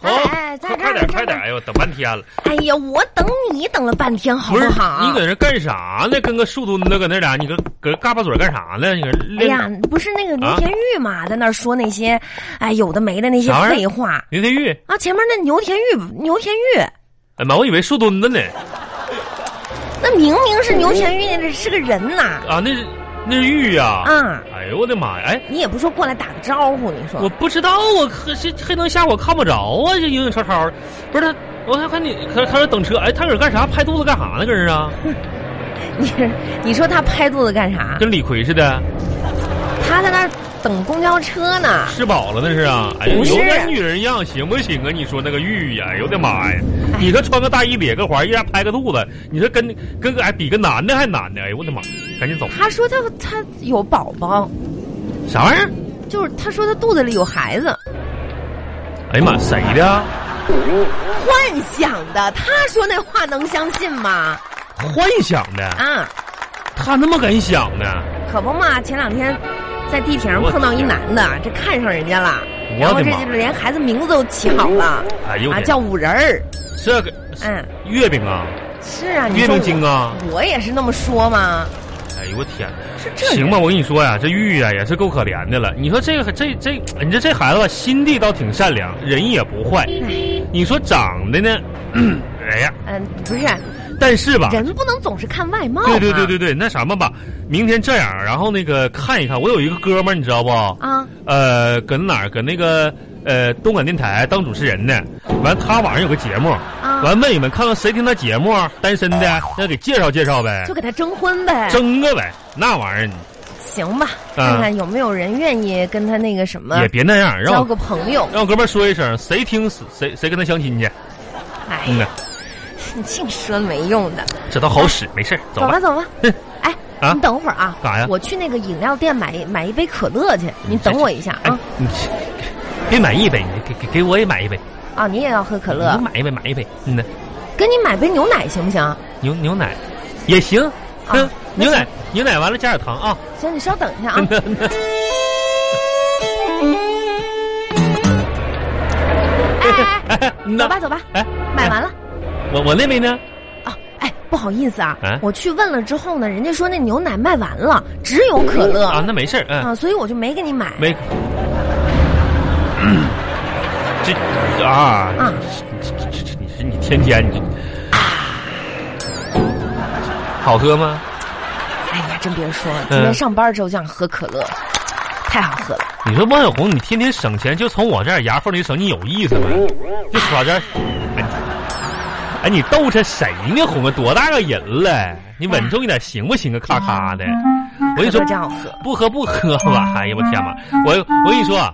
哎，在快啊快点，这儿在快这点！儿哎呦，等半天了，哎呀，我等你等了半天，好不是好？你搁这干啥呢？跟个树墩子搁那俩，你搁搁嘎巴嘴干啥呢？你搁哎练呀，不是那个啊牛田玉嘛，在那儿说那些，哎，有的没的那些啥玩意儿废话林天玉？啊。前面那牛田玉，牛田玉，哎妈，我以为树墩子呢那明明是牛田玉，那是个人呐。啊，那是那是玉呀！啊，哎呦我的妈呀！哎，你也不说过来打个招呼，你说我不知道啊，可这黑灯瞎火看不着啊，这影影绰绰的。不是他，我还看你，他他这等车，哎，他搁这干啥？拍肚子干啥呢？搁这啊，你你说他拍肚子干啥？跟李逵似的，他在那儿等公交车呢。吃饱了那是啊。哎呀，不是有点女人样行不行啊？你说那个玉呀，哎呦我的妈呀！你说穿个大衣咧个环，一下拍个肚子，你说跟跟个哎比个男的还难呢？哎呦我的妈！赶紧走，他说他他有宝宝，啥玩意儿？就是他说他肚子里有孩子，哎呀妈，谁啊的？幻想的。他说那话能相信吗？幻想的，啊，他那么敢想呢？可不嘛！前两天在地铁上碰到一男的，这看上人家了，我的然后这妈就连孩子名字都起好了，哎呦我啊，天叫五仁儿。这个嗯，月饼啊，是啊，你月说饼精啊！我我也是那么说嘛，哎呦我天哪！是这行吧，我跟你说呀，这玉呀也是够可怜的了。你说这个这这，你说这孩子吧，心地倒挺善良，人也不坏。哎，你说长得呢， 嗯哎呀，嗯，不是，但是吧，人不能总是看外貌嘛。对对对对对，那什么吧，明天这样，然后那个看一看，我有一个哥们儿，你知道不？啊，呃，搁哪儿？搁那个呃东莞电台当主持人呢。完，他晚上有个节目，啊完问一问，看看谁听他节目，单身的那给介绍介绍呗就，给他征婚呗，争个呗，那玩意行吧，看看有没有人愿意跟他那个什么儿嗯也别那样，让交我个朋友。让我哥们儿说一声，谁听谁谁谁跟他相亲去。哎嗯呀，呐，你净说没用的，这倒好使，没事儿走走吧吧。走吧 哼。哎，啊你等会儿啊，干啥呀我去那个饮料店买买一杯可乐去，你等我一下啊哎，你去别买一杯，你给给给我也买一杯，啊！你也要喝可你乐，买一杯，买一杯。嗯呐，给你买杯牛奶行不行？牛牛奶也行，嗯，啊那牛奶行牛奶完了加点糖啊。行，你稍等一下 啊。哎哎哎，嗯呐走吧走吧，哎，买完了。我我那杯呢？啊，哎，不好意思啊啊，我去问了之后呢，人家说那牛奶卖完了，只有可啊，乐那没事儿，嗯。啊，所以我就没给你买。 没。这啊，啊这这这你是你天天你这，好喝吗？哎呀，真别说，嗯今天上班之后就想喝可乐，太好喝了。你说王小红，你天天省钱就从我这儿牙缝里省，你有意思吗？就耍这儿，哎你哎，你逗着谁呢？红啊，多大个人了？你稳重一点行不行啊？咔咔的，我跟你说可乐，真好喝。不喝不喝吧！哎呀，我天哪！我我跟你说啊，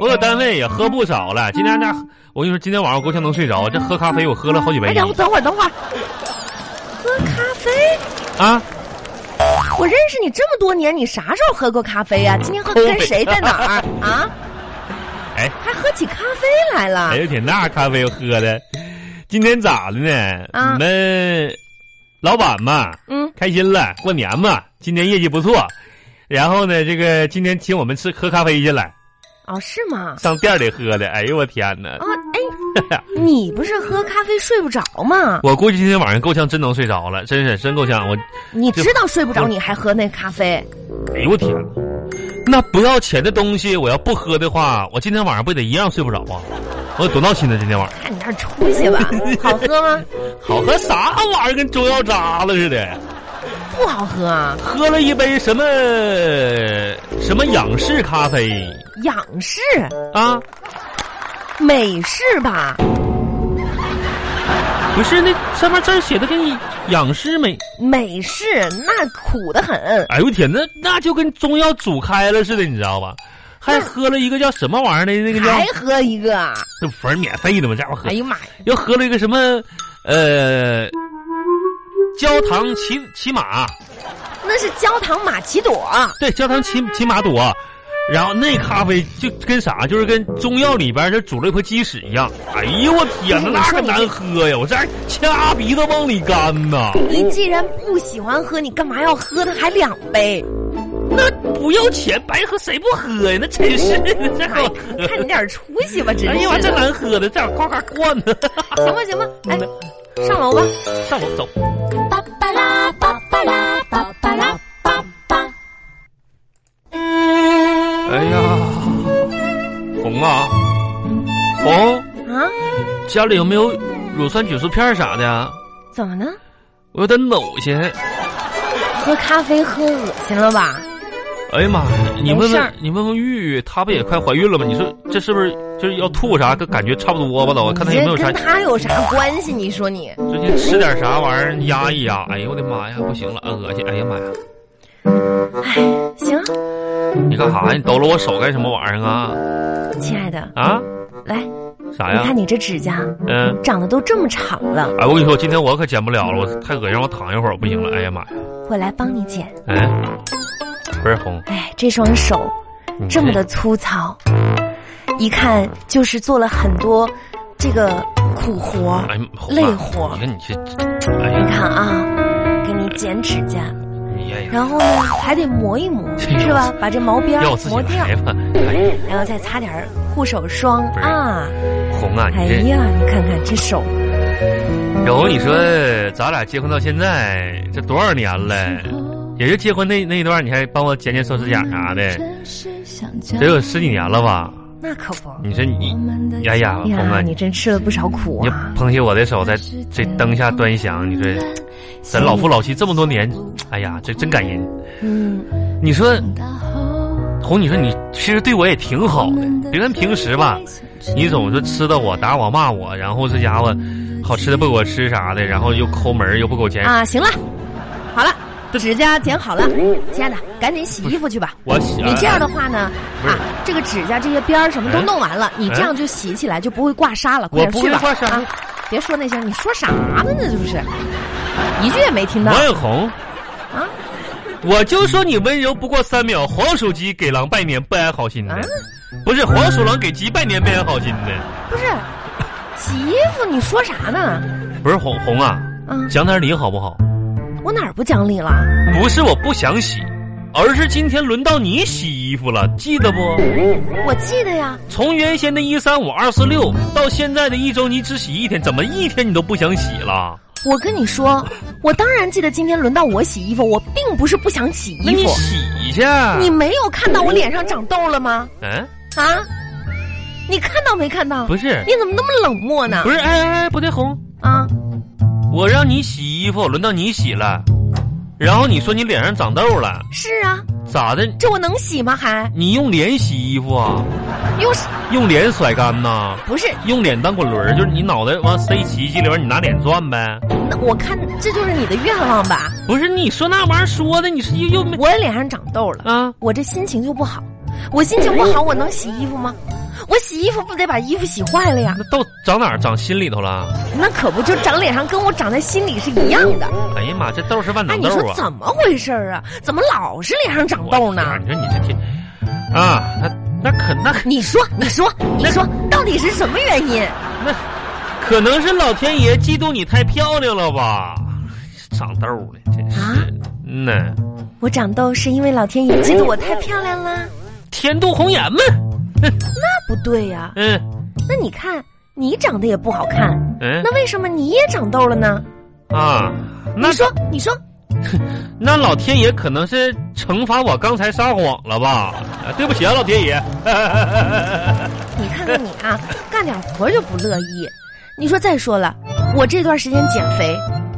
我搁单位也喝不少了。今天那我跟你说，今天晚上我够呛能睡着。这喝咖啡我喝了好几哎，杯等会儿，等会儿，等会儿。喝咖啡？啊！我认识你这么多年，你啥时候喝过咖啡嗯呀、今天喝跟谁在哪 儿啊？哎还喝起咖啡来了哎？呦天，那咖啡我喝的，今天咋的呢？啊你们老板嘛，嗯，开心了，过年嘛，今年业绩不错。然后呢，这个今天请我们吃喝咖啡去了，哦，是吗？上店里喝的。哎呦我天哪 啊！，哎，你不是喝咖啡睡不着吗？我估计今天晚上够呛真能睡着了，真是真够呛我。你知道睡不着，我你还喝那咖啡？哎呦我天哪！那不要钱的东西，我要不喝的话，我今天晚上不得一样睡不着啊？我多闹心呢！今天晚上看你那出 息吧，好喝吗？好喝啥玩意儿，跟中药渣了似的。不好喝啊，喝了一杯什么什么仰视咖啡仰视啊？美式吧？不是，那上面字儿写的跟仰视没？美式那苦得很，哎呦我天，那那就跟中药煮开了似的，你知道吧？还喝了一个叫什么玩意儿的，那个叫还喝一个啊？那不是免费的吗？家伙喝哎呀妈呀！又喝了一个什么，呃，焦糖骑骑马，那是焦糖玛奇朵，对，焦糖骑骑马朵，然后那咖啡就跟啥，就是跟中药里边就煮了一坨鸡屎一样。哎呦我天哪，那不是可你说你难喝呀！我这还掐鼻子往里干呐。你既然不喜欢喝，你干嘛要喝它还两杯？那那不要钱，白喝谁不喝呀？那真是哎的，这好 喝。看你点出息吧，真哎是呀妈，这的。难喝的，这样夸夸灌呢。行吧行吧，哎，上楼吧。上楼走。巴巴拉巴巴拉巴巴拉巴巴。哎呀，红啊，红，啊？家里有没有乳酸菌素片啥的呀？怎么呢？我有点呕心。喝咖啡喝恶心了吧？哎呀妈！你没问事儿问你问问玉玉，她不也快怀孕了吗？你说这是不是就是要吐啥？跟感觉差不多吧都，我看她有没有你啥这跟他有啥关系？你说你最近吃点啥玩意儿压一压。哎呦我的妈呀，不行了，恶心！哎呀妈呀，哎行，你干啥呀？你抖了我手干什么玩意儿啊？亲爱的，啊？来，啥你哎呀看？你这指甲嗯。长得都这么长了，哎，我跟你说，今天我可减不了了，我太恶心，让我躺一会儿，不行了。哎呀妈呀！我来帮你剪。哎，不是红，哎，这双手你这么的粗糙，哎一看就是做了很多这个苦活儿哎，红啊累活儿你看你这，哎呀你，看啊，给你剪指甲，你哎呀，然后呢还得磨一磨，是吧？把这毛边儿要我自己磨掉来，吧。哎呀，然后再擦点儿护手霜不是啊。红啊，哎你这。呀，你看看这手，柔，你说咱俩结婚到现在这多少年了？也就结婚那那一段，你还帮我剪剪手指甲啥的，得有十几年了吧？那可不。你说你，哎呀，红呀，啊，你你真吃了不少苦就啊！捧起我的手，在这灯下端详，你说咱老夫老妻这么多年，哎呀，这真感人。嗯，你说红，你说你其实对我也挺好的，别看平时吧，你总是吃的我打我骂我，然后这家伙好吃的不给我吃啥的，然后又抠门儿又不给我钱，啊，行了，好了，指甲剪好了，亲爱的，赶紧洗衣服去吧。我喜你这样的话呢，哎不是哎啊，这个指甲这些边儿什么都弄完了，你这样就洗起来就不会挂纱了。快我点不去会吧挂纱啊！别说那些，你说啥呢？那就是，一句也没听到王永红，啊！我就说你温柔不过三秒，黄鼠鸡给狼拜年不安好心的，啊不是黄鼠狼给鸡拜年不安好心的，不是，洗衣服你说啥呢？不是红红啊，啊，讲点理好不好？我哪儿不讲理了？不是我不想洗，而是今天轮到你洗衣服了，记得不？我记得呀，从原先的一三五二四六到现在的一周，你只洗一天，怎么一天你都不想洗了？我跟你说，我当然记得今天轮到我洗衣服，我并不是不想洗那衣你服。洗去。你没有看到我脸上长痘了吗？嗯，啊？你看到没看到？不是，你怎么那么冷漠呢不？是，哎哎哎，不对，红，啊，我让你洗衣服，轮到你洗了，然后你说你脸上长痘了，是啊，咋的？这我能洗吗？还你用脸洗衣服啊？又是用脸甩干呐？不是？用脸当滚轮儿，就是你脑袋往塞洗衣机里边，你拿脸转呗。那我看这就是你的愿望吧？不是你说那玩意儿说的，你是又又没我脸上长痘了，啊？我这心情就不好。我心情不好，我能洗衣服吗？我洗衣服不得把衣服洗坏了呀？那痘长哪儿？长心里头了？那可不就长脸上，跟我长在心里是一样的。哎呀妈，这痘是万哎，能你痘说啊！怎么回事儿啊？怎么老是脸上长痘呢？你说你这天啊，那那可那可你说，你说，你说，到底是什么原因？那可能是老天爷嫉妒你太漂亮了吧？长痘了，真是啊嗯呐，我长痘是因为老天爷嫉妒我太漂亮了？天妒红颜嘛。那不对呀、嗯那你看，你长得也不好看，嗯那为什么你也长痘了呢？啊，那你说，你说，那老天爷可能是惩罚我刚才撒谎了吧？啊对不起啊，老 天爷。你看看你啊， 干点活儿就不乐意。你说，再说了，我这段时间减肥，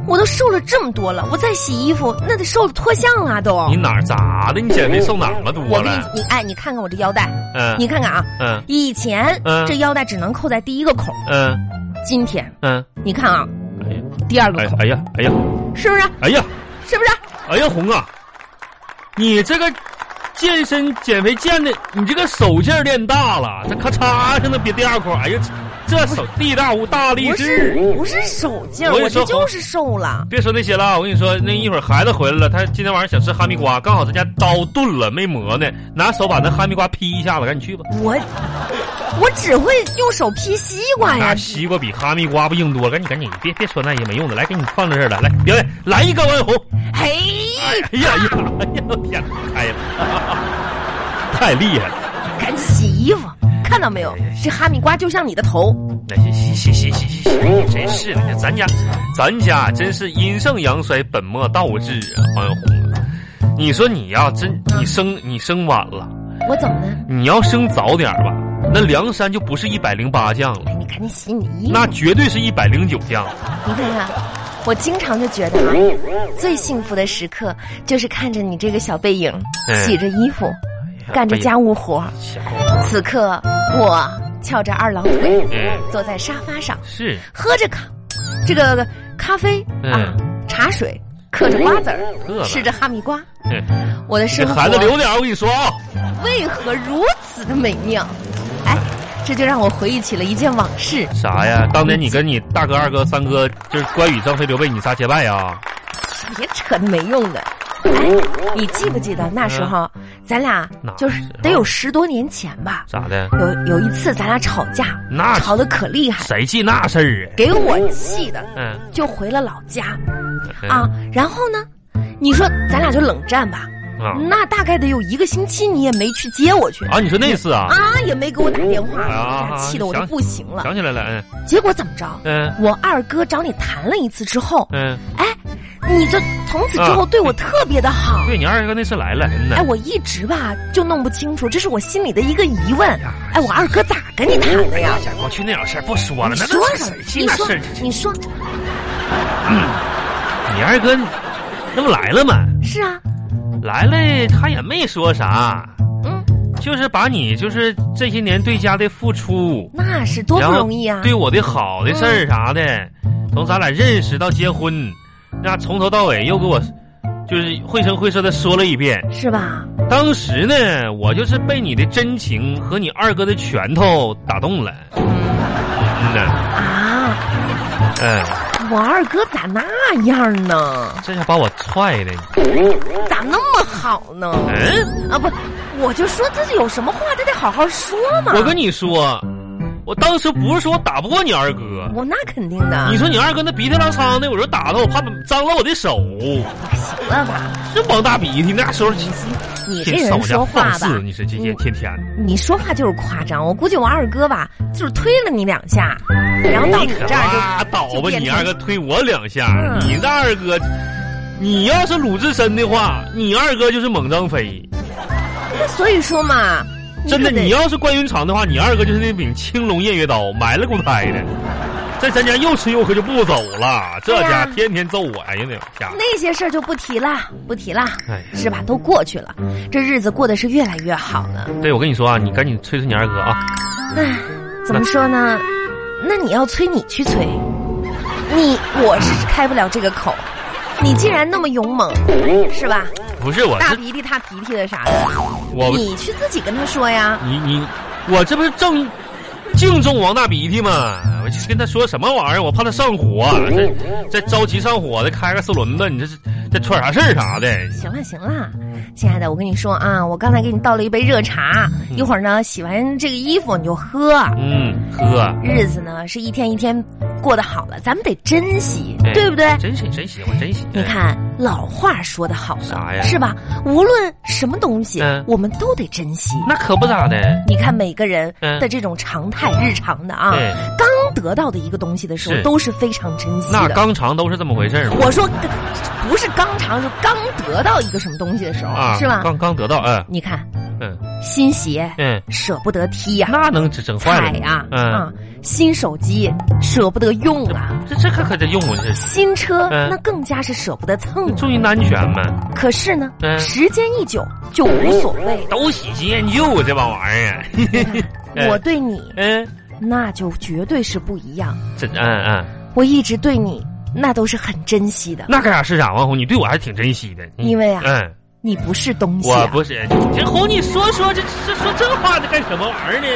我都瘦了这么多了，我再洗衣服，那得瘦得脱相了啊都。你哪儿咋的？你减肥瘦哪儿了多我跟了？你，你哎，你看看我这腰带，嗯你看看啊，嗯以前、嗯这腰带只能扣在第一个孔，嗯今天嗯。你看啊，哎呀第二个哎孔，哎呀哎呀是不是？哎呀！是不是？哎呀，红啊，你这个健身减肥健的，你这个手劲儿练大了，这咔嚓上那别第二口，哎呀，这这手力大无大力不是士。不是手劲儿，我跟我你说这就是瘦了。别说那些了，我跟你说，那一会儿孩子回来了，他今天晚上想吃哈密瓜，刚好咱家刀钝了没磨呢，拿手把那哈密瓜劈一下子，赶紧去吧。我我只会用手劈西瓜哎呀那，西瓜比哈密瓜不硬多了，赶紧赶紧，别别说那些没用的，来给你放到这儿了，来表演，来一个王永红。嘿一哎呀呀哎呀！我天，开了，太厉害了！ 赶紧洗衣服，看到没哎有？这哈密瓜就像你的头，那行行行行行行行，真是的，咱家咱家真是阴盛阳衰，本末倒置啊！黄小红啊，你说你呀、真你生你生晚了，我怎么了？你要生早点儿吧，那梁山就不是一百零八将了，哎，你赶紧洗你的衣服。那绝对是一百零九将。你看看，我经常就觉得啊，最幸福的时刻就是看着你这个小背影，嗯洗着衣服，干哎着家务活。此刻我翘着二郎腿，嗯，坐在沙发上，是，嗯喝着咖，这个咖啡啊，茶水，嗑着瓜子饿儿，了吃着哈密瓜，嗯我的给生活孩子留点儿，我跟你说啊，为何如此的美妙？哎，这就让我回忆起了一件往事。啥呀？当年你跟你大哥、二哥、三哥，就是关羽、张飞、刘备，你仨结拜啊？别扯那没用的。哎，你记不记得那时候，咱俩嗯哪就是时候得有十多年前吧？咋的？有有一次咱俩吵架，那吵得可厉害，谁记那事儿啊？给我气的，嗯就回了老家嗯啊。然后呢，你说咱俩就冷战吧？啊那大概得有一个星期，你也没去接我去啊！你说那次啊？啊，也没给我打电话，啊哎呀气得我都想不行了。想起来了，嗯结果怎么着？嗯我二哥找你谈了一次之后，嗯，啊哎，你这从此之后对我特别的好。对你二哥那次来了，真的哎，。我一直吧就弄不清楚，这是我心里的一个疑问呀。哎哎，我二哥咋跟你谈的呀？过去那点事儿不说了，你那说那说谁，记你那说事儿？，啊你说你二哥那不来了吗？是啊，来了，他也没说啥，嗯，就是把你就是这些年对家的付出，那是多然不后容易啊。对我的好的事儿啥的，从咱俩认识到结婚，那从头到尾又给我就是绘声绘色的说了一遍。是吧？当时呢，我就是被你的真情和你二哥的拳头打动了。嗯呐，啊，嗯，我二哥咋那样呢？这下把我踹的，咋那么好呢？嗯，啊不，我就说这是有什么话，他得好好说嘛。我跟你说，我当时不是说我打不过你二哥。我那肯定的，你说你二哥那鼻涕拉碴的，我说打他，我怕脏了我的手，哎行了吧？这王大鼻涕，那时候你这这手人家说放话吧，嗯肆，你是这些天天的。你说话就是夸张，我估计我二哥吧，就是推了你两下，然后哎到你这儿拉倒就吧，变你成二哥推我两下，嗯你那二哥，你要是鲁智深的话，你二哥就是猛张飞。嗯就，所以说嘛，真的，就得你要是关云长的话，你二哥就是那柄青龙偃月刀，埋了给我拍的，在咱家又吃又喝就不走了。这对家呀天天揍我，哎呀，那家伙，那些事儿就不提了，不提了，哎呀，是吧？都过去了，这日子过得是越来越好了。对我跟你说啊，你赶紧催催你二哥啊，唉，怎么说呢？那你要催你去催，你我是开不了这个口。你既然那么勇猛，是吧？不是我大这鼻涕、大鼻涕的啥的，我你去自己跟他说呀。你你我这不是正敬重王大鼻涕吗？我就跟他说什么玩意儿，我怕他上火，这这着急上火的，开个四轮子，你这是这出点啥事儿啥的？行了行了，亲爱的，我跟你说啊，我刚才给你倒了一杯热茶，一会儿呢洗完这个衣服你就喝。嗯，喝，日子呢是一天一天过得好了，咱们得珍惜，哎对不对？真是真喜欢，真喜欢。你看老话说得好啥呀呢，是吧？无论什么东西啊嗯，我们都得珍惜。那可不咋的，你看每个人嗯的这种常态、日常的啊，对，刚得到的一个东西的时是候，都是非常珍惜那的。肛肠都是这么回事儿我说不是刚尝，是刚得到一个什么东西的时候，啊，是吧？刚刚得到，嗯你看嗯新鞋，嗯，舍不得踢呀、那能整整坏踩了？呀、嗯啊，新手机舍不得用啊，这这可可得用我这是，新车、嗯那更加是舍不得蹭啊。注意安全嘛，可是呢，嗯。时间一久就无所谓 都喜新厌旧啊这 帮玩意儿。嗯我对你嗯，那就绝对是不一样，这嗯嗯。我一直对你那都是很珍惜的。那干啥是啥，王红，你对我还挺珍惜的。你因为啊嗯，你不是东西、我啊，不是，这红，你说说这这说这话，这干什么玩意儿呢？